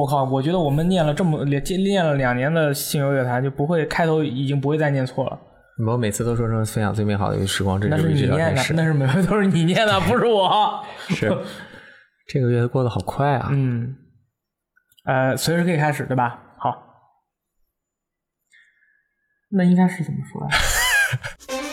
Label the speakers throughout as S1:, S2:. S1: 我靠，我觉得我们念了这么练练了两年的信游乐坛，就不会开头已经不会再念错了。
S2: 我每次都说说分享最美好的时光，这
S1: 那
S2: 就是必须
S1: 你
S2: 聊
S1: 念
S2: 天
S1: 的，
S2: 室。
S1: 那是每回都是你念的，不是 我。
S2: 是，这个月过得好快啊！
S1: 嗯，呃，随时可以开始，对吧？好，那应该是怎么说呀、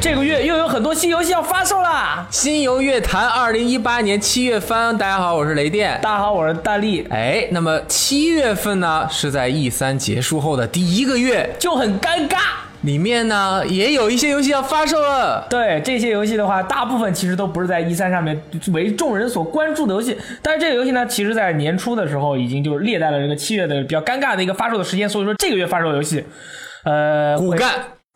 S1: 这个月又有很多新游戏要发售啦！
S2: 新游乐坛二零一八年七月番，大家好，我是雷电。
S1: 大家好，我是大力，
S2: 哎，那么七月份呢，是在 E 三结束后的第一个月，
S1: 就很尴尬。
S2: 里面呢也有一些游戏要发售了。
S1: 对这些游戏的话，大部分其实都不是在 E 一三上面为众人所关注的游戏。但是这个游戏呢，其实在年初的时候已经就是列在了这个七月的比较尴尬的一个发售的时间，所以说这个月发售的游戏，呃，
S2: 骨
S1: 会
S2: 干，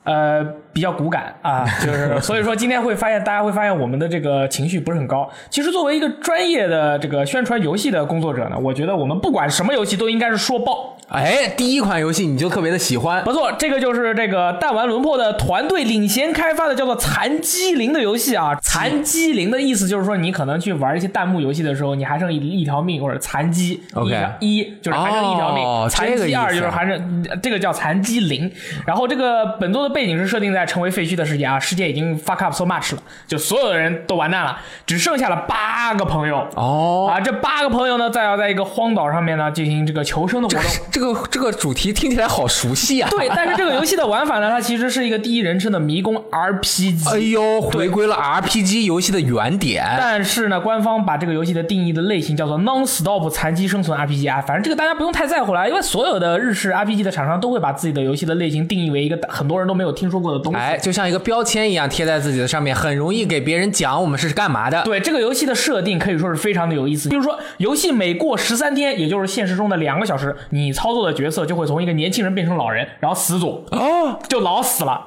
S1: 呃比较骨感啊，就是所以说今天会发现大家会发现我们的这个情绪不是很高。其实作为一个专业的这个宣传游戏的工作者呢，我觉得我们不管什么游戏都应该是说爆。
S2: 哎，第一款游戏你就特别的喜欢，
S1: 不错，这个就是这个弹丸轮破的团队领衔开发的叫做“残机灵”的游戏啊。
S2: 嗯
S1: 残机灵的意思就是说，你可能去玩一些弹幕游戏的时候，你还剩一一条命或者残机
S2: OK
S1: 一一就是还剩一条命，
S2: 哦
S1: 残
S2: 这个意
S1: 机
S2: 思
S1: 二就是还剩这个叫残机灵。然后这个本作的背景是设定在成为废墟的世界啊，世界已经 fuck up so much 了，就所有的人都完蛋了，只剩下了八个朋友。
S2: 哦，
S1: 啊，这八个朋友呢，再要在一个荒岛上面呢进行这个求生的活动，
S2: 这个这个主题听起来好熟悉啊！
S1: 对，但是这个游戏的玩法呢，它其实是一个第一人称的迷宫 RPG。
S2: 哎呦，回归了 RPG 游戏的原点。
S1: 但是呢，官方把这个游戏的定义的类型叫做 non-stop 残疾生存 RPG 啊，反正这个大家不用太在乎了，因为所有的日式 RPG 的厂商都会把自己的游戏的类型定义为一个很多人都没有听说过的东西。
S2: 哎，就像一个标签一样贴在自己的上面，很容易给别人讲我们是干嘛的。
S1: 对这个游戏的设定可以说是非常的有意思。比如说，游戏每过十三天，也就是现实中的两个小时，你操作的角色就会从一个年轻人变成老人，然后死左，
S2: 哦，
S1: 就老死了。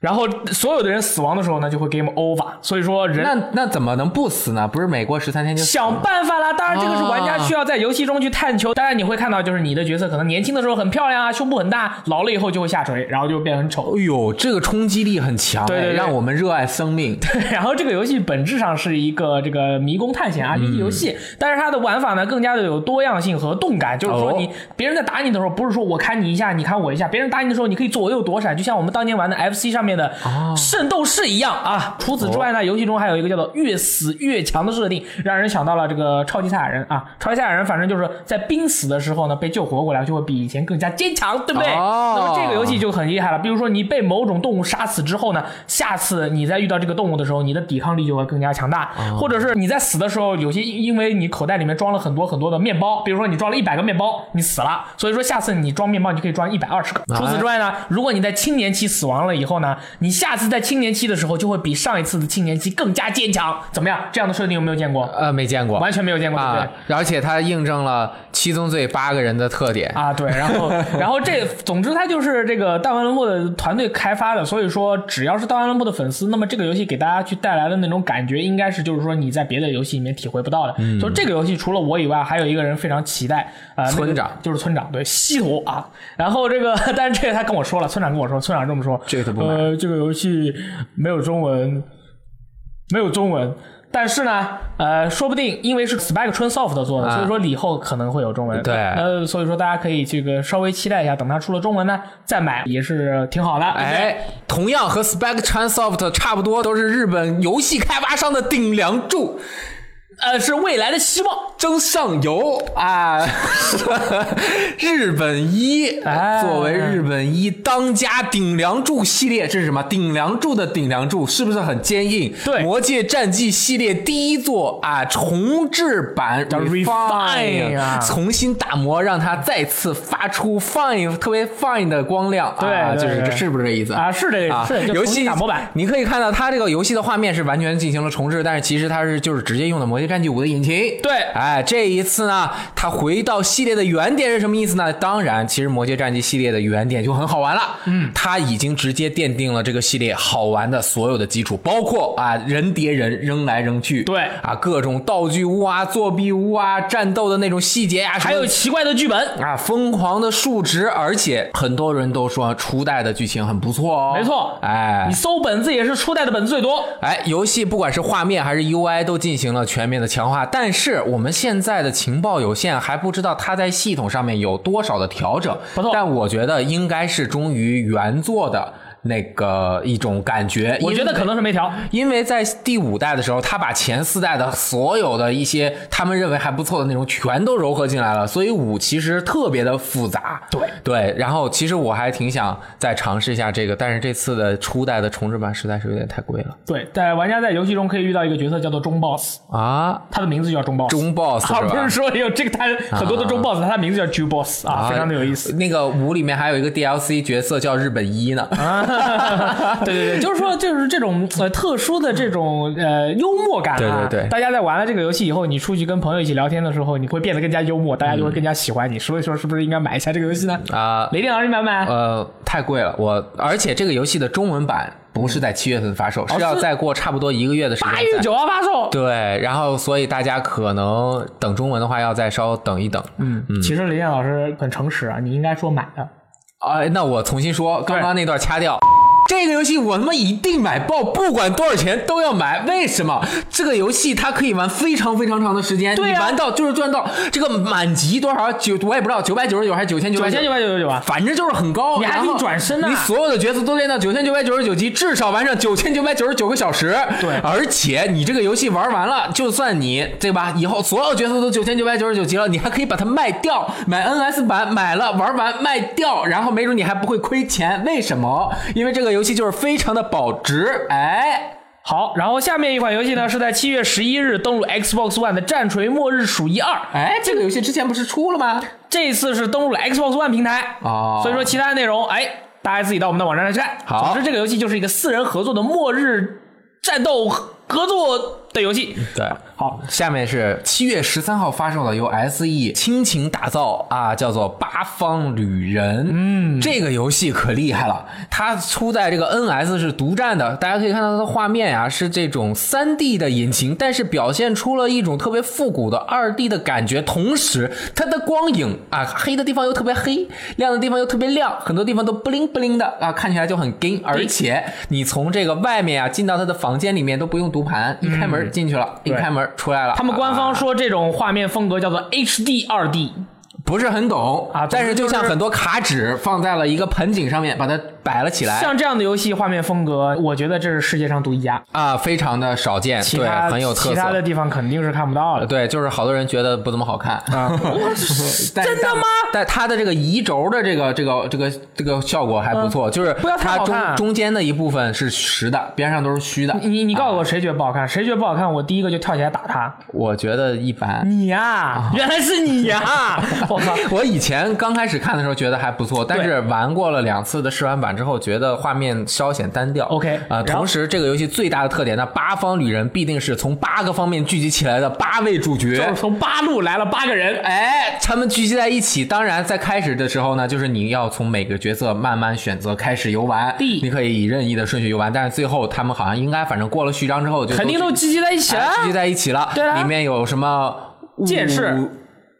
S1: 然后所有的人死亡的时候呢，就会 game over。所以说人
S2: 那那怎么能不死呢？不是每过十三天就死
S1: 想办法啦。当然，这个是玩家
S2: 啊
S1: 需要在游戏中去探求。当然，你会看到，就是你的角色可能年轻的时候很漂亮啊，胸部很大，老了以后就会下垂，然后就变得很丑。
S2: 哎呦，这个冲击力很强，哎
S1: 对对对
S2: 让我们热爱生命。
S1: 然后这个游戏本质上是一个这个迷宫探险
S2: 嗯
S1: RPG 游戏，但是它的玩法呢更加的有多样性和动感。就是说
S2: 哦
S1: 你，别人在打你的时候，不是说我砍你一下，你砍我一下，别人打你的时候，你可以左右躲闪，就像我们当年玩的 FC 上面的
S2: 哦
S1: 圣斗士一样啊。除此之外呢，游戏中还有一个叫做“越死越强”的设定，让人想到了这个超级赛亚人啊。超级赛亚人反正就是在濒死的时候呢，被救活过来，就会比以前更加坚强，对不对？
S2: 哦
S1: 那么这个游戏就很厉害了。比如说你被某种动物杀死之后呢，下次你在遇到这个动物的时候，你的抵抗力就会更加强大，或者是你在死的时候，有些因为你口袋里面装了很多很多的面包，比如说你装了一百个面包，你死了，所以说下次你装面包你就可以装一百二十个。除此之外呢，如果你在青年期死亡了以后呢，你下次在青年期的时候就会比上一次的青年期更加坚强，怎么样？这样的设定有没有见过？
S2: 呃，没见过，
S1: 完全没有见过，对不对
S2: 啊？！而且它印证了七宗罪八个人的特点。
S1: 啊，对，然 后然后这，总之它就是这个弹丸论破的团队开发的，所以说只要是弹丸论破的粉丝，那么这个游戏给大家去带来的那种感觉，应该是就是说你在别的游戏里面体会不到的。
S2: 嗯
S1: 所以这个游戏除了我以外，还有一个人非常期待，呃，那个
S2: 村长
S1: 就是村长，对，西头啊。然后这个， 但是这个他跟我说了，村长跟我说，村长这么说，
S2: 这个他不买
S1: 呃，这个游戏没有中文，没有中文。但是呢，呃，说不定因为是 Spike 春 Soft 做的，
S2: 啊
S1: 所以说以后可能会有中文。
S2: 对
S1: 呃，所以说大家可以这个稍微期待一下，等它出了中文呢再买也是挺好的。
S2: 哎，同样和 Spec Transoft 差不多，都是日本游戏开发商的顶梁柱，
S1: 呃，是未来的希望。
S2: 争上游啊！ 日本一、
S1: 哎
S2: 作为日本一当家顶梁柱系列，这是什么？顶梁柱的顶梁柱是不是很坚硬？
S1: 对
S2: 魔界战记系列第一作啊，重制版
S1: 叫 Refine 啊
S2: 重新打磨，让它再次发出 fine 特别 fine 的光亮。
S1: 对
S2: 啊，
S1: 对
S2: 就是
S1: 对
S2: 这是不是这意思
S1: 啊，是这个，
S2: 啊
S1: 是就，重
S2: 游戏
S1: 新打磨版。
S2: 你可以看到它这个游戏的画面是完全进行了重置，但是其实它是就是直接用的《魔界战记五》的引擎。
S1: 对
S2: 哎，这一次呢，它回到系列的原点是什么意思呢？当然，其实《魔界战记》系列的原点就很好玩了。嗯，它已经直接奠定了这个系列好玩的所有的基础，包括啊人叠人扔来扔去，
S1: 对
S2: 啊各种道具屋啊、作弊屋啊、战斗的那种细节啊呀、
S1: 还有奇怪的剧本，
S2: 啊，疯狂的数值，而且很多人都说初代的剧情很不错哦。
S1: 没错
S2: 哎
S1: 你，搜本子也是初代的本子最多。
S2: 哎，游戏不管是画面还是 UI 都进行了全面的强化，但是我们现在的情报有限，还不知道它在系统上面有多少的调整
S1: 不错。
S2: 但我觉得应该是忠于原作的那个一种感觉。
S1: 我觉得
S2: 因为
S1: 可能是没调，
S2: 因为在第五代的时候，他把前四代的所有的一些他们认为还不错的内容全都糅合进来了，所以五其实特别的复杂。
S1: 对
S2: 对，然后其实我还挺想再尝试一下这个，但是这次的初代的重置版实在是有点太贵了
S1: 对，在玩家在游戏中可以遇到一个角色叫做中 boss，
S2: 啊！
S1: 他的名字就叫中 boss，
S2: 中 boss 是
S1: 而不
S2: 吧啊哎
S1: 是？说有这个他很多的中 boss，他的名字叫 J boss 啊，非常的有意思。
S2: 那个五里面还有一个 DLC 角色叫日本一呢，
S1: 啊， 对对对，就是说，就是这种呃特殊的这种呃幽默感啊，
S2: 对对对
S1: 大家在玩了这个游戏以后，你出去跟朋友一起聊天的时候，你会变得更加幽默，大家就会更加喜欢你。所以说，是不是应该买一下这个游戏呢？
S2: 啊
S1: 雷电老师，你买不买？
S2: 嗯呃，太贵了。我而且这个游戏的中文版不是在七月份发售，是要
S1: 哦是
S2: 再过差不多一个月的时间
S1: 八
S2: 才
S1: 月哎九号发售。
S2: 对，然后所以大家可能等中文的话，要再稍等一等。
S1: 嗯，其实雷电老师很诚实啊，你应该说买的。
S2: 啊、那我重新说，刚刚那段掐掉。这个游戏我他妈一定买爆，不管多少钱都要买。为什么？这个游戏它可以玩非常非常长的时间，
S1: 对
S2: 你
S1: 呀
S2: 玩到就是赚到这个满级多少九，我也不知道，九百九十九还是九千九
S1: 九
S2: 百
S1: 千九百九十九啊！
S2: 反正就是很高。
S1: 你还可以
S2: 然后
S1: 转身呢
S2: 你所有的角色都练到九千九百九十九级，至少玩上九千九百九十九个小时。
S1: 对
S2: 而且你这个游戏玩完了，就算你对吧，以后所有角色都九千九百九十九级了，你还可以把它卖掉，买 NS 版买了玩完卖掉，然后没准你还不会亏钱。为什么？因为这个游戏就是非常的保值。哎，
S1: 好，然后下面一款游戏呢是在七月十一日登陆 Xbox One 的《战锤末日鼠一二》，
S2: 哎，这个游戏之前不是出了吗？
S1: 这一次是登陆了 Xbox One 平台
S2: 哦
S1: 所以说其他的内容，哎，大家自己到我们的网站上去看。
S2: 好
S1: 总之这个游戏就是一个四人合作的末日战斗合作的游戏。
S2: 对。
S1: 好，
S2: 下面是七月十三号发售的由 SE 亲情打造啊，叫做《八方旅人》。嗯，这个游戏可厉害了，它出在这个 NS 是独占的，大家可以看到它的画面啊是这种3 D 的引擎，但是表现出了一种特别复古的2 D 的感觉，同时它的光影啊，黑的地方又特别黑，亮的地方又特别亮，很多地方都不灵不灵的啊，看起来就很 gay。而且你从这个外面啊进到他的房间里面都不用读盘，一开门进去了，一
S1: 对
S2: 开门出来了。
S1: 他们官方说这种画面风格叫做 HD 二 D，
S2: 不是很懂
S1: 啊
S2: 但
S1: 总之
S2: 是
S1: 就
S2: 就是像很多卡纸放在了一个盆景上面，把它摆了起来
S1: 像这样的游戏画面风格，我觉得这是世界上独一啊，
S2: 啊，非常的少见，
S1: 其
S2: 对，
S1: 他
S2: 很有特
S1: 其他的
S2: 色。
S1: 地方肯定是看不到的。
S2: 对，就是好多人觉得不怎么好看啊，但是
S1: 真的吗？
S2: 但它的这个移轴的这个这个这个这个效果还不错，就是
S1: 嗯不要太
S2: 它
S1: 好
S2: 中、
S1: 看啊
S2: 中间的一部分是实的，边上都是虚的。啊
S1: 你你告诉我谁觉得不好看？谁觉得不好看，我第一个就跳起来打他。
S2: 我觉得一般。
S1: 你呀、
S2: 啊
S1: 原来是你呀、 我靠！
S2: 我以前刚开始看的时候觉得还不错，但
S1: 对
S2: 是玩过了两次的试玩版之后，觉得画面稍显单调。
S1: OK，
S2: 啊、
S1: 然后
S2: 同时这个游戏最大的特点，那八方旅人必定是从八个方面聚集起来的八位主角
S1: 就是。从八路来了八个 人，
S2: 哎，他们聚集在一起，当然在开始的时候呢，就是你要从每个角色慢慢选择开始游玩，
S1: D
S2: 你可以以任意的顺序游玩，但是最后他们好像应该反正过了序章之后就
S1: 肯定
S2: 都
S1: 都集集在一起了。啊
S2: 哎聚集在一起了。
S1: 对啊
S2: 里面有什么
S1: 剑士
S2: 武？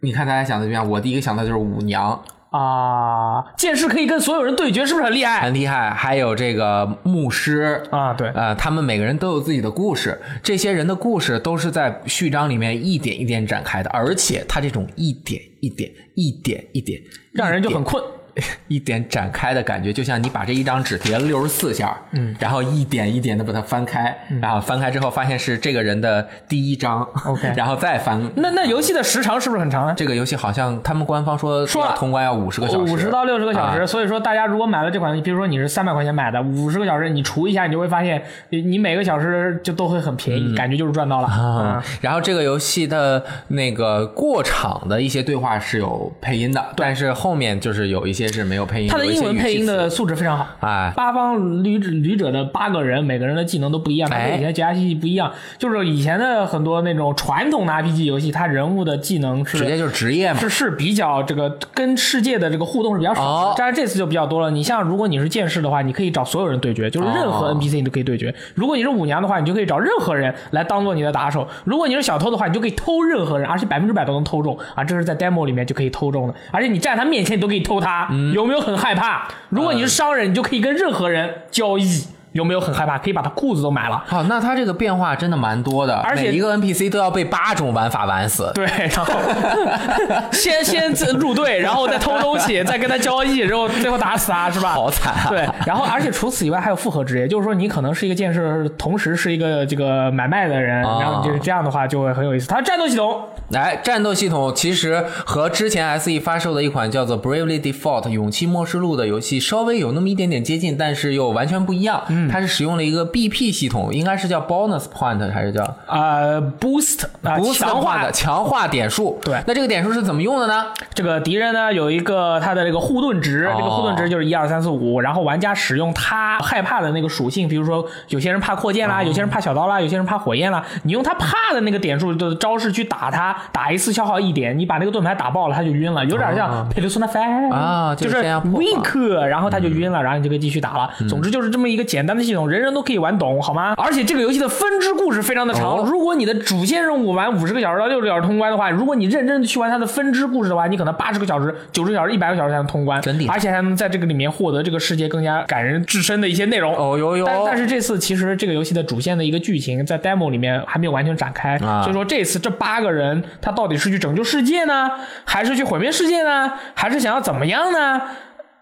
S2: 你看大家想的怎么样？我第一个想到就是舞娘，
S1: 啊，剑士可以跟所有人对决，是不是很厉害？
S2: 很厉害，还有这个牧师。
S1: 啊，对，
S2: 呃，他们每个人都有自己的故事，这些人的故事都是在序章里面一点一点展开的，而且他这种一点一点、一点一点，
S1: 让人就很困。
S2: 一点展开的感觉，就像你把这一张纸叠了六十四下，嗯，然后一点一点的把它翻开，
S1: 嗯
S2: 然后翻开之后发现是这个人的第一章
S1: OK
S2: 然后再翻。
S1: 那那游戏的时长是不是很长啊？
S2: 这个游戏好像他们官方说
S1: 说了
S2: 要通关要五十个小时，
S1: 五十到六十个小时，
S2: 啊
S1: 所以说大家如果买了这款，比如说你是三百块钱买的，五十个小时你除一下，你就会发现你你每个小时就都会很便宜，感觉就是赚到了。
S2: 嗯啊
S1: 啊，
S2: 然后这个游戏的那个过场的一些对话是有配音的，但是后面就是有一些是没有配音，
S1: 他的
S2: 有一
S1: 英
S2: 些
S1: 文
S2: 语
S1: 配
S2: 气
S1: 音的
S2: 词
S1: 素质非常好。
S2: 哎
S1: 八方旅旅者的八个人，每个人的技能都不一样，它
S2: 哎
S1: 跟以前 JRPG 不一样。就是以前的很多那种传统的 RPG 游戏，它人物的技能
S2: 直接
S1: 是。
S2: 就是职业嘛，
S1: 是是比较这个跟世界的这个互动是比较少的，
S2: 哦
S1: 但是这次就比较多了。你像如果你是剑士的话，你可以找所有人对决，就是任何
S2: 哦
S1: NPC 你都可以对决；如果你是舞娘的话，你就可以找任何人来当做你的打手；如果你是小偷的话，你就可以偷任何人，而且百分之百都能偷中啊！这是在 demo 里面就可以偷中的，而且你站在他面前你都可以偷他，
S2: 嗯
S1: 有没有很害怕？如果你是商人，你就可以跟任何人交易，有没有很害怕？可以把他裤子都买了。
S2: 哦好，那它这个变化真的蛮多的，
S1: 而且
S2: 每一个 NPC 都要被八种玩法玩 死。
S1: 对，然后 先先自入队，然后再偷东西，再跟他交易，然后最后打死他，是吧？
S2: 好惨啊
S1: 对，然后而且除此以外还有复合职业，就是说你可能是一个建设，同时是一个这个买卖的人，
S2: 啊
S1: 然后你就是这样的话就会很有意思。它战斗系统
S2: 来，战斗系统其实和之前 SE 发售的一款叫做《Bravely Default 勇气末世录》的游戏稍微有那么一点点接近，但是又完全不一样。嗯，它是使用了一个 BP 系统，应该是叫 Bonus Point 还是叫
S1: 呃 boost 啊、
S2: Boost
S1: 强化
S2: Point，强化点数？
S1: 对
S2: 那这个点数是怎么用的呢？
S1: 这个敌人呢有一个他的这个护盾值，
S2: 哦
S1: 这个护盾值就是一二三四五，然后玩家使用他害怕的那个属性，比如说有些人怕扩建
S2: 哦
S1: 啦，有些人怕小刀啦，有些人怕火焰啦，你用他怕的那个点数的招式去打他，打一次消耗一点，你把那个盾牌打爆了他就晕了，有点像佩雷苏纳 five
S2: 哦啊
S1: 就
S2: 就是是这样破嘛
S1: weak，然后他就晕了，然后你就可以继续打了。总之就是这么一个简单的系统，人人都可以玩懂，好吗？而且这个游戏的分支故事非常的长，
S2: 哦
S1: 如果你的主线任务玩五十个小时到六十小时通关的话，如果你认真的去玩它的分支故事的话，你可能八十个小时、九十小时、一百个小时才能通关，
S2: 真厉害
S1: 而且还能在这个里面获得这个世界更加感人至深的一些内容。
S2: 哦哟哟，
S1: 但但是这次其实这个游戏的主线的一个剧情在 demo 里面还没有完全展开，
S2: 啊
S1: 所以说这次这八个人他到底是去拯救世界呢，还是去毁灭世界呢，还是想要怎么样呢？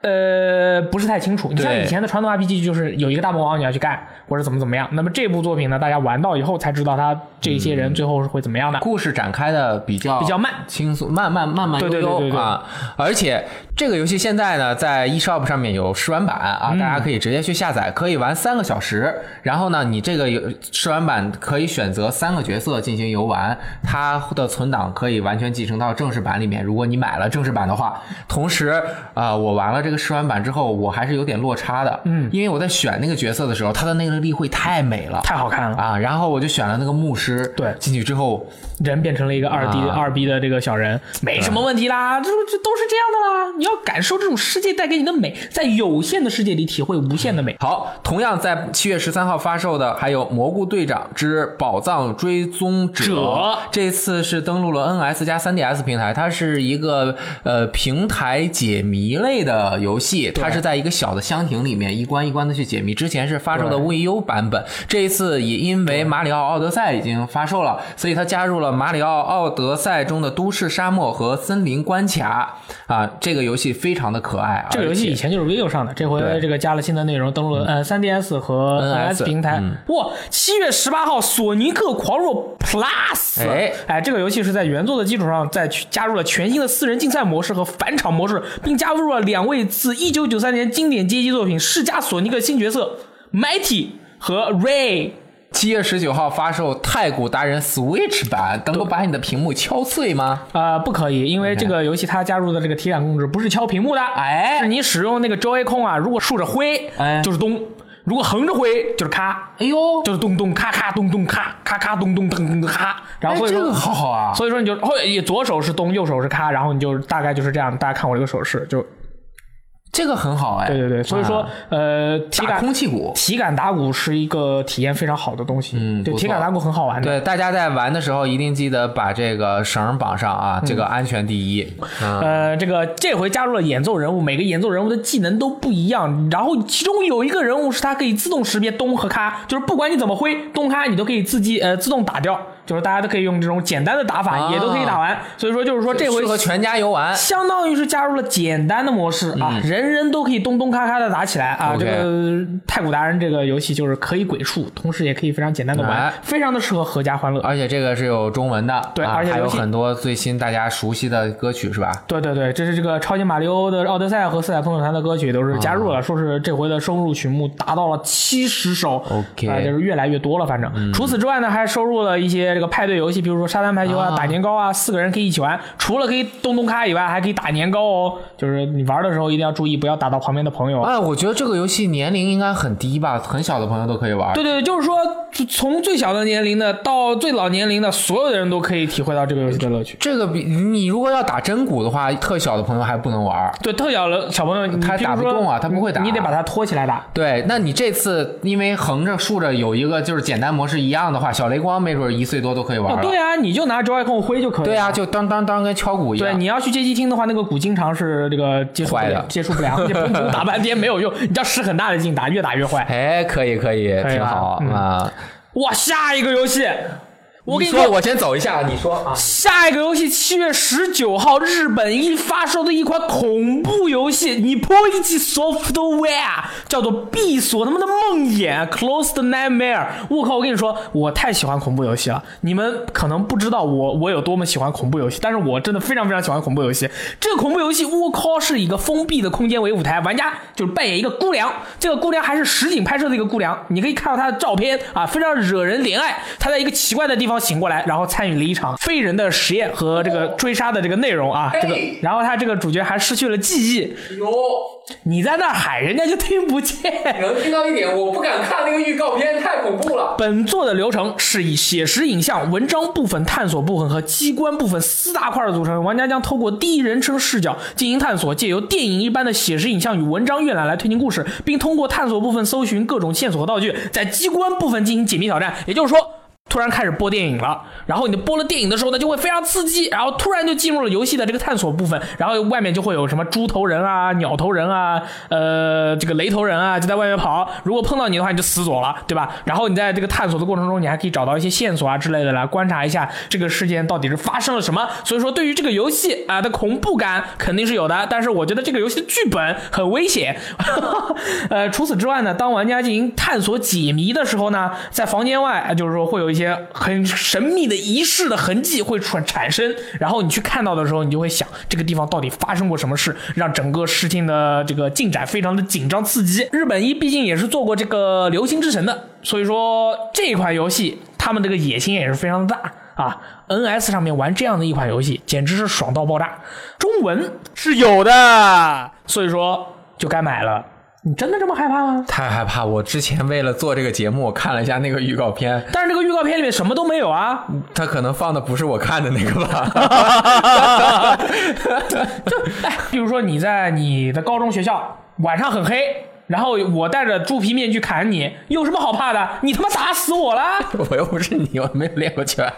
S1: 呃，不是太清楚。你像
S2: 对
S1: 以前的传统 RPG 就是有一个大魔王你要去干，或者怎么怎么样。那么这部作品呢，大家玩到以后才知道他这些人最后是会怎么样的。
S2: 故事展开的比较
S1: 比较慢
S2: 轻松，慢慢慢慢悠悠
S1: 对对对对对
S2: 啊！而且这个游戏现在呢，在 eShop 上面有试玩版啊，
S1: 嗯
S2: 大家可以直接去下载，可以玩三个小时。然后呢，你这个游试玩版可以选择三个角色进行游玩，它的存档可以完全继承到正式版里面。如果你买了正式版的话，同时啊、我玩了这个试玩版之后，我还是有点落差的，嗯，因为我在选那个角色的时候，它的那个例会太美了。
S1: 太好看了，
S2: 啊，然后我就选了那个牧师，
S1: 对
S2: 进去之后
S1: 人变成了一个二 D
S2: 啊
S1: 二 B 的这个小人，没什么问题啦，这这都是这样的啦。你要感受这种世界带给你的美，在有限的世界里体会无限的美。
S2: 好，同样在七月十三号发售的还有《蘑菇队长之宝藏追踪者》
S1: 者
S2: 这次是登陆了 NS 加 3DS 平台，它是一个呃平台解谜类的游戏，它是在一个小的箱庭里面一关一关的去解谜。之前是发售的
S1: 对
S2: VU 版本，这一次也因为马里奥奥德赛已经发售了，所以它加入了马里奥奥德赛中的都市沙漠和森林关卡啊，这个游戏非常的可爱，啊
S1: 这个游戏以
S2: 而且
S1: 前就是 VU 上的，这回
S2: 对
S1: 这个加了新的内容，登录了呃 3DS 和
S2: NS
S1: NS 平台。哇，七月十八号，索尼克狂热 Plus，
S2: 哎
S1: 哎，这个游戏是在原作的基础上再去加入了全新的私人竞赛模式和返场模式，并加入了两位自一九九三年经典街机作品世嘉索尼克新角色 Mighty 和 Ray。
S2: 七月十九号发售《太古达人 Switch 版》，能够把你的屏幕敲碎吗？
S1: 呃，不可以，因为这个游戏它加入的这个体感控制不是敲屏幕的，
S2: 哎
S1: 是你使用那个 Joy 控啊，如果竖着挥，
S2: 哎
S1: 就是咚；如果横着挥，就是咔，
S2: 哎呦，
S1: 就是咚咚咔咔咚咚咔咔咔咚咚咚咚咔，然后所以
S2: 哎这
S1: 说
S2: 个好好啊！
S1: 所以说你就后也左手是咚，右手是咔，然后你就大概就是这样，大家看我这个手势，就
S2: 这个很好哎。
S1: 对对对，所以说、呃体
S2: 打
S1: 感
S2: 空气鼓。
S1: 体感打鼓是一个体验非常好的东西，
S2: 嗯
S1: 对，
S2: 不错
S1: 体感打鼓很好玩的，
S2: 对，大家在玩的时候一定记得把这个绳儿绑上
S1: 嗯
S2: 啊，这个安全第一。嗯，
S1: 呃，这个这回加入了演奏人物，每个演奏人物的技能都不一样。然后其中有一个人物是他可以自动识别咚和咔，就是不管你怎么挥咚咔，你都可以自己呃自动打掉。就是大家都可以用这种简单的打法，
S2: 啊
S1: 也都可以打完。所以说就是说这回
S2: 适合全家游玩。
S1: 相当于是加入了简单的模式啊，人人都可以咚咚咔咔的打起来啊。
S2: OK
S1: 这个太古达人这个游戏就是可以鬼畜，同时也可以非常简单的玩
S2: 哎，
S1: 非常的适合合家欢乐。
S2: 而且这个是有中文的，
S1: 对
S2: 啊
S1: 而且
S2: 还有
S1: 游戏
S2: 很多最新大家熟悉的歌曲是吧？
S1: 对对对，这是这个超级马里奥的奥德赛和四海风乐团的歌曲都是加入了，
S2: 啊
S1: 说是这回的收录曲目达到了七十首呃
S2: OK 嗯
S1: 啊就是越来越多了。反正、除此之外呢，还收录了一些这这个派对游戏，比如说沙滩排球啊、
S2: 啊
S1: 打年糕啊，四个人可以一起玩。除了可以咚咚咔以外，还可以打年糕哦。就是你玩的时候一定要注意，不要打到旁边的朋友。
S2: 哎，我觉得这个游戏年龄应该很低吧，很小的朋友都可以玩。
S1: 对对，对就是说从最小的年龄的到最老年龄的，所有的人都可以体会到这个游戏的乐趣。
S2: 这个比你如果要打真鼓的话，特小的朋友还不能玩。
S1: 对，特小的小朋友，你
S2: 他
S1: 比如
S2: 打不
S1: 说
S2: 动啊他不会打
S1: 你得把他拖起来打。
S2: 对，那你这次因为横着竖着有一个就是简单模式一样的话，小雷光没准一岁多都可以玩
S1: 哦
S2: 了。，
S1: 对啊，你就拿 Joy-Con 挥就可以。
S2: 对啊，就当当当跟敲鼓一
S1: 对，啊
S2: 样。
S1: 你要去街机厅的话，那个鼓经常是这个接触不
S2: 坏
S1: 良
S2: 的
S1: 接触不良，你喷鼓打半天没有 用，你要使很大的劲打，越打越坏。
S2: 哎，可以可以，
S1: 以吧
S2: 挺好
S1: 嗯
S2: 啊。
S1: 哇，下一个游戏，我跟
S2: 你
S1: 说，
S2: 说，我先走一下，你说啊。
S1: 下一个游戏七月十九号日本一发售的一款恐怖游戏，你 Poichi Software 叫做《闭锁他妈的梦魇》（Closed Nightmare）。我靠！我跟你说，我太喜欢恐怖游戏了。你们可能不知道我我有多么喜欢恐怖游戏，但是我真的非常非常喜欢恐怖游戏。这个恐怖游戏，我靠，是一个封闭的空间为舞台，玩家就是扮演一个姑娘，这个姑娘还是实景拍摄的一个姑娘，你可以看到她的照片啊，非常惹人怜爱。她在一个奇怪的地方醒过来，然后参与了一场非人的实验和这个追杀的这个内容啊，这个，然后她这个主角还失去了记忆。
S2: 有
S1: 你在那儿喊，人家就听不见。
S2: 能听到一点，我不敢看那个预告片，太恐怖了。
S1: 本作的流程是以写实影像、文章部分、探索部分和机关部分四大块儿组成。玩家将透过第一人称视角进行探索，借由电影一般的写实影像与文章阅览来推进故事，并通过探索部分搜寻各种线索和道具，在机关部分进行解密挑战。也就是说。突然开始播电影了，然后你播了电影的时候呢，就会非常刺激，然后突然就进入了游戏的这个探索部分，然后外面就会有什么猪头人啊、鸟头人啊、呃这个雷头人啊，就在外面跑。如果碰到你的话，你就死左了，对吧？然后你在这个探索的过程中，你还可以找到一些线索啊之类的来观察一下这个事件到底是发生了什么。所以说，对于这个游戏啊的恐怖感肯定是有的，但是我觉得这个游戏的剧本很危险。 呃，除此之外呢，当玩家进行探索解谜的时候呢，在房间外，呃就是说会有一些很神秘的仪式的痕迹会产产生，然后你去看到的时候，你就会想这个地方到底发生过什么事，让整个事情的这个进展非常的紧张刺激。日本一毕竟也是做过这个《流星之神》的，所以说这款游戏他们这个野心也是非常的大。啊，NS 上面玩这样的一款游戏，简直是爽到爆炸！中文是有的，所以说就该买了。你真的这么害怕吗？
S2: 太害怕！我之前为了做这个节目，我看了一下那个预告片，
S1: 但是这个预告片里面什么都没有啊，
S2: 他可能放的不是我看的那个 吧。
S1: 就哎，比如说你在你的高中学校晚上很黑，然后我戴着猪皮面具砍你，有什么好怕的？你他妈打死我啦！
S2: 我又不是你，我没有练过拳，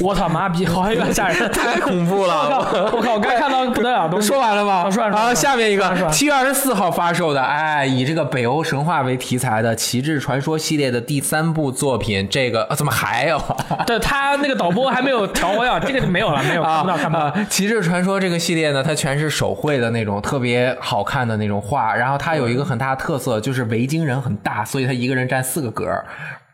S1: 我操妈逼，好有点吓人！
S2: 太恐怖了！
S1: 我靠，我刚看到不得了东西
S2: 说。完了吗？
S1: 啊说完了
S2: 啊，下面一
S1: 说完
S2: 个
S1: 了
S2: 七月二十四号发售的，哎，以这个北欧神话为题材的《旗帜传说》系列的第三部作品，这个、啊、怎么 还有啊？
S1: 对他那个导播还没有调过呀，这个就没有了，没有看不到，看不到。
S2: 啊，《骑士传说》这个系列呢，它全是手绘的那种特别好看的那种画，然后它有一个很大的特色，就是维京人很大，所以他一个人占四个格儿。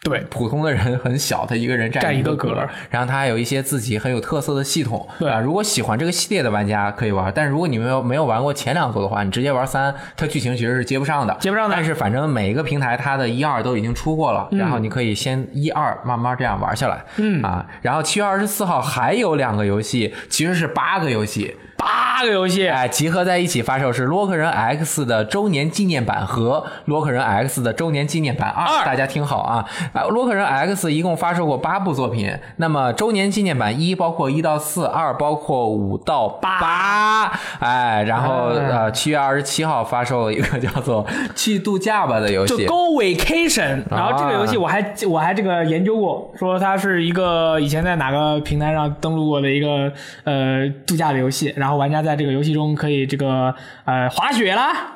S1: 对，
S2: 普通的人很小，他一个人占
S1: 占
S2: 一
S1: 一个
S2: 个格儿
S1: 格，
S2: 然后他还有一些自己很有特色的系统。
S1: 对
S2: 啊，如果喜欢这个系列的玩家可以玩，但是如果你没有没有玩过前两座的话，你直接玩三，它剧情其实是接不上的，
S1: 接不上的嗯
S2: 但是反正每一个平台它的一二都已经出过了，然后你可以先一二慢慢这样玩下来。嗯啊，然后七月二十四号还有两个游戏，其实是八个游戏，
S1: 八个游戏，
S2: 哎，集合在一起发售是《洛克人 X》的周年纪念版和《洛克人 X》的周年纪念版二。
S1: 二
S2: 大家听好啊！啊，《洛克人 X》一共发售过八部作品，那么周年纪念版一包括一到四，二包括五到八。哎，然后
S1: 嗯
S2: 呃，七月二十七号发售了一个叫做《去度假吧》的游
S1: 就
S2: 戏。
S1: Go
S2: 啊
S1: Vacation，然后这个游戏我还、我还这个研究过，说它是一个以前在哪个平台上登录过的一个呃度假的游戏，然后玩家在这个游戏中可以这个呃滑雪啦、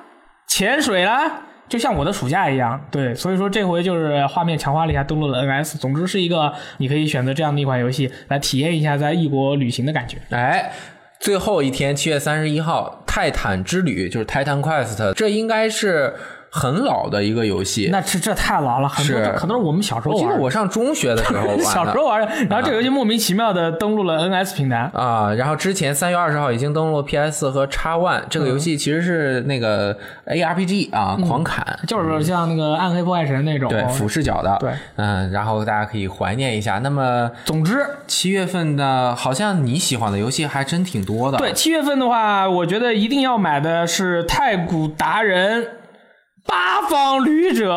S1: 潜水啦，就像我的暑假一样。对，所以说这回就是画面强化了一下，登录了 NS。总之是一个你可以选择这样的一款游戏来体验一下在异国旅行的感觉。
S2: 哎，最后一天，七月三十一号，《泰坦之旅》就是《Titan Quest》，这应该是。很老的一个游戏。
S1: 那这这太老了，很多
S2: 是
S1: 这可能是我们小时候
S2: 我记
S1: 玩
S2: 得
S1: 的。
S2: 我上中学的时候玩的，
S1: 小时候玩的，然后这个游戏莫名其妙的登录了 NS 平台，
S2: 啊，然后之前三月二十号已经登陆 PS 和 X One
S1: 嗯
S2: 这个游戏，其实是那个 ARPG 啊，狂砍。
S1: 就是像那个《暗黑破坏神》那种。
S2: 对，俯视角的，
S1: 嗯哦对，
S2: 嗯，然后大家可以怀念一下。那么
S1: 总之，
S2: 七月份呢，好像你喜欢的游戏还真挺多的。
S1: 对，七月份的话，我觉得一定要买的是《太古达人》《八方旅者》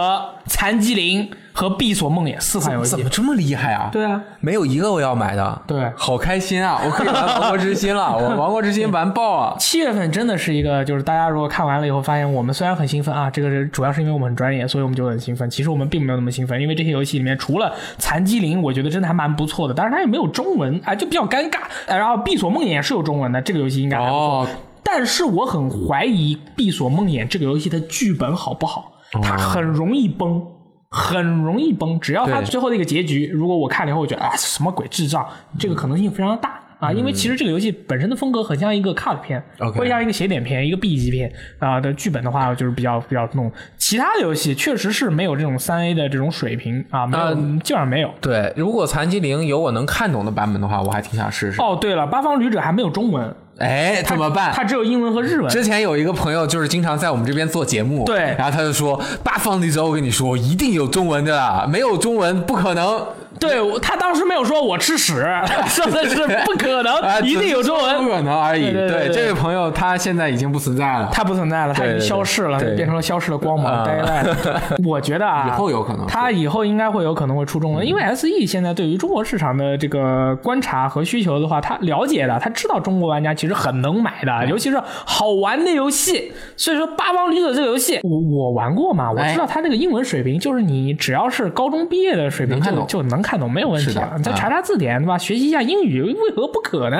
S1: 《残疾灵》和《闭锁梦魇》四款游
S2: 怎
S1: 戏。
S2: 么这么厉害啊？
S1: 对啊，
S2: 没有一个我要买的。
S1: 对
S2: 好开心啊！我可以玩《王国之心》 了，我《王国之心》玩爆啊！
S1: 七月份真的是一个，就是大家如果看完了以后，发现我们虽然很兴奋啊，这个是主要是因为我们很专业，所以我们就很兴奋。其实我们并没有那么兴奋，因为这些游戏里面除了《残机灵》，我觉得真的还蛮不错的，但是它也没有中文啊，就比较尴尬。呃然后《闭锁梦魇》是有中文的，这个游戏应该还不错。
S2: 哦，
S1: 但是我很怀疑《闭锁梦魇》这个游戏的剧本好不好，
S2: 哦
S1: 它很容易崩。很容易崩，只要它
S2: 对
S1: 最后的一个结局，如果我看了以后，我觉得啊，什么鬼智障，
S2: 嗯
S1: 这个可能性非常大啊！因为其实这个游戏本身的风格很像一个 cut 片，
S2: OK
S1: 会像一个斜点片、一个 B 级片啊、的剧本的话，就是比较比较弄。其他的游戏确实是没有这种三 A 的这种水平啊，没有、
S2: 呃
S1: 基本上没有。
S2: 对，如果残疾灵有我能看懂的版本的话，我还挺想试试。
S1: 哦，对了，《八方旅者》还没有中文，
S2: 哎，怎么办？
S1: 它只有英文和日文。
S2: 之前有一个朋友就是经常在我们这边做节目，
S1: 对
S2: 然后他就说八方旅者，我跟你说一定有中文的啦，没有中文不可能。
S1: 对我他当时没有说我吃屎， 说的是 不可
S2: 啊
S1: 能，一定有中
S2: 不
S1: 文。
S2: 可能而已。
S1: 对对对对
S2: 这位朋友他现在已经不存在了。
S1: 它不存在了，它已经
S2: 对对
S1: 消失了，
S2: 对
S1: 变成了消逝的光芒
S2: 啊
S1: d a y l i g h t 我觉得 啊，
S2: 以后有可能
S1: 它以后应该会有可能会出中
S2: 嗯
S1: 文，因为 SE 现在对于中国市场的这个观察和需求的话，他了解的，他知道中国玩家其实很能买的，
S2: 嗯
S1: 尤其是好玩的游戏。所以说，《八方旅者》这个游戏，我我玩过嘛，我
S2: 哎
S1: 知道它这个英文水平，就是你只要是高中毕业的水平
S2: 能看
S1: 就
S2: 懂
S1: 就能看懂，没有问
S2: 是
S1: 题
S2: 的
S1: 了。你再
S2: 啊
S1: 查查字典，对吧？学习一下英语，为何不可呢？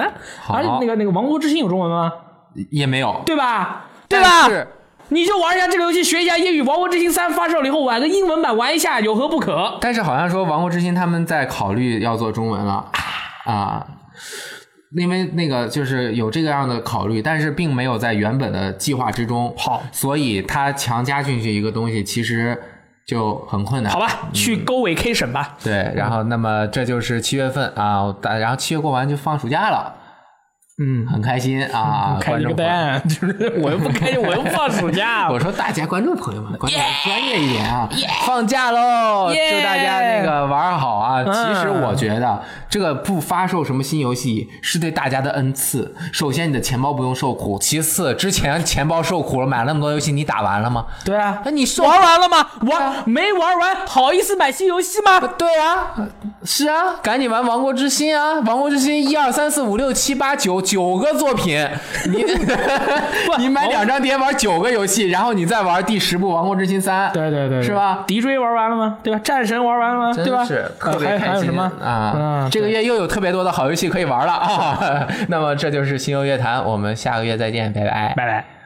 S1: 而且那个那个《王国之心》有中文吗？
S2: 也没有，
S1: 对吧？对吧
S2: 但？是
S1: 你就玩一下这个游戏，学一下英语。《王国之心三》发售了以后，玩个英文版玩一下，有何不可？
S2: 但是好像说《王国之心》他们在考虑要做中文了啊，因为那个就是有这个样的考虑，但是并没有在原本的计划之中。
S1: 好
S2: 所以他强加进去一个东西，其实就很困难。
S1: 好吧，去勾尾 K 审吧。
S2: 对，然后那么这就是七月份啊，大然后七月过完就放暑假了，
S1: 嗯，
S2: 很开心 啊，
S1: 开
S2: 观
S1: 你个
S2: 众朋友。
S1: 蛋！就是我又不开心，我又放暑 假。
S2: 我说大家观众朋友们，观众专业一点啊放假喽
S1: Yeah
S2: 祝大家那个玩儿好啊！
S1: 嗯
S2: 其实我觉得这个不发售什么新游戏是对大家的恩赐。首先，你的钱包不用受苦；其次，之前钱包受苦了，买了那么多游戏，你打完了吗？哎
S1: 对啊
S2: 那，你受
S1: 玩完了吗？玩没玩完，好意思买新游戏吗？
S2: 对啊，是啊，赶紧玩《王国之心》啊，《王国之心》一二三四五六七八九九个作品， 你你买两张碟玩九个游戏，然后你再玩第十部《王国之心三》，
S1: 对对对，
S2: 是吧？
S1: 敌追玩完了吗？对吧？战神玩完了吗？对吧？
S2: 是
S1: 呃
S2: 特
S1: 还
S2: 别
S1: 有还
S2: 开
S1: 有
S2: 心
S1: 什么
S2: 啊！
S1: 嗯
S2: 这个月又有特别多 的好游戏可以玩了啊！那么这就是新游乐坛，我们下个月再见，拜拜。
S1: 拜拜。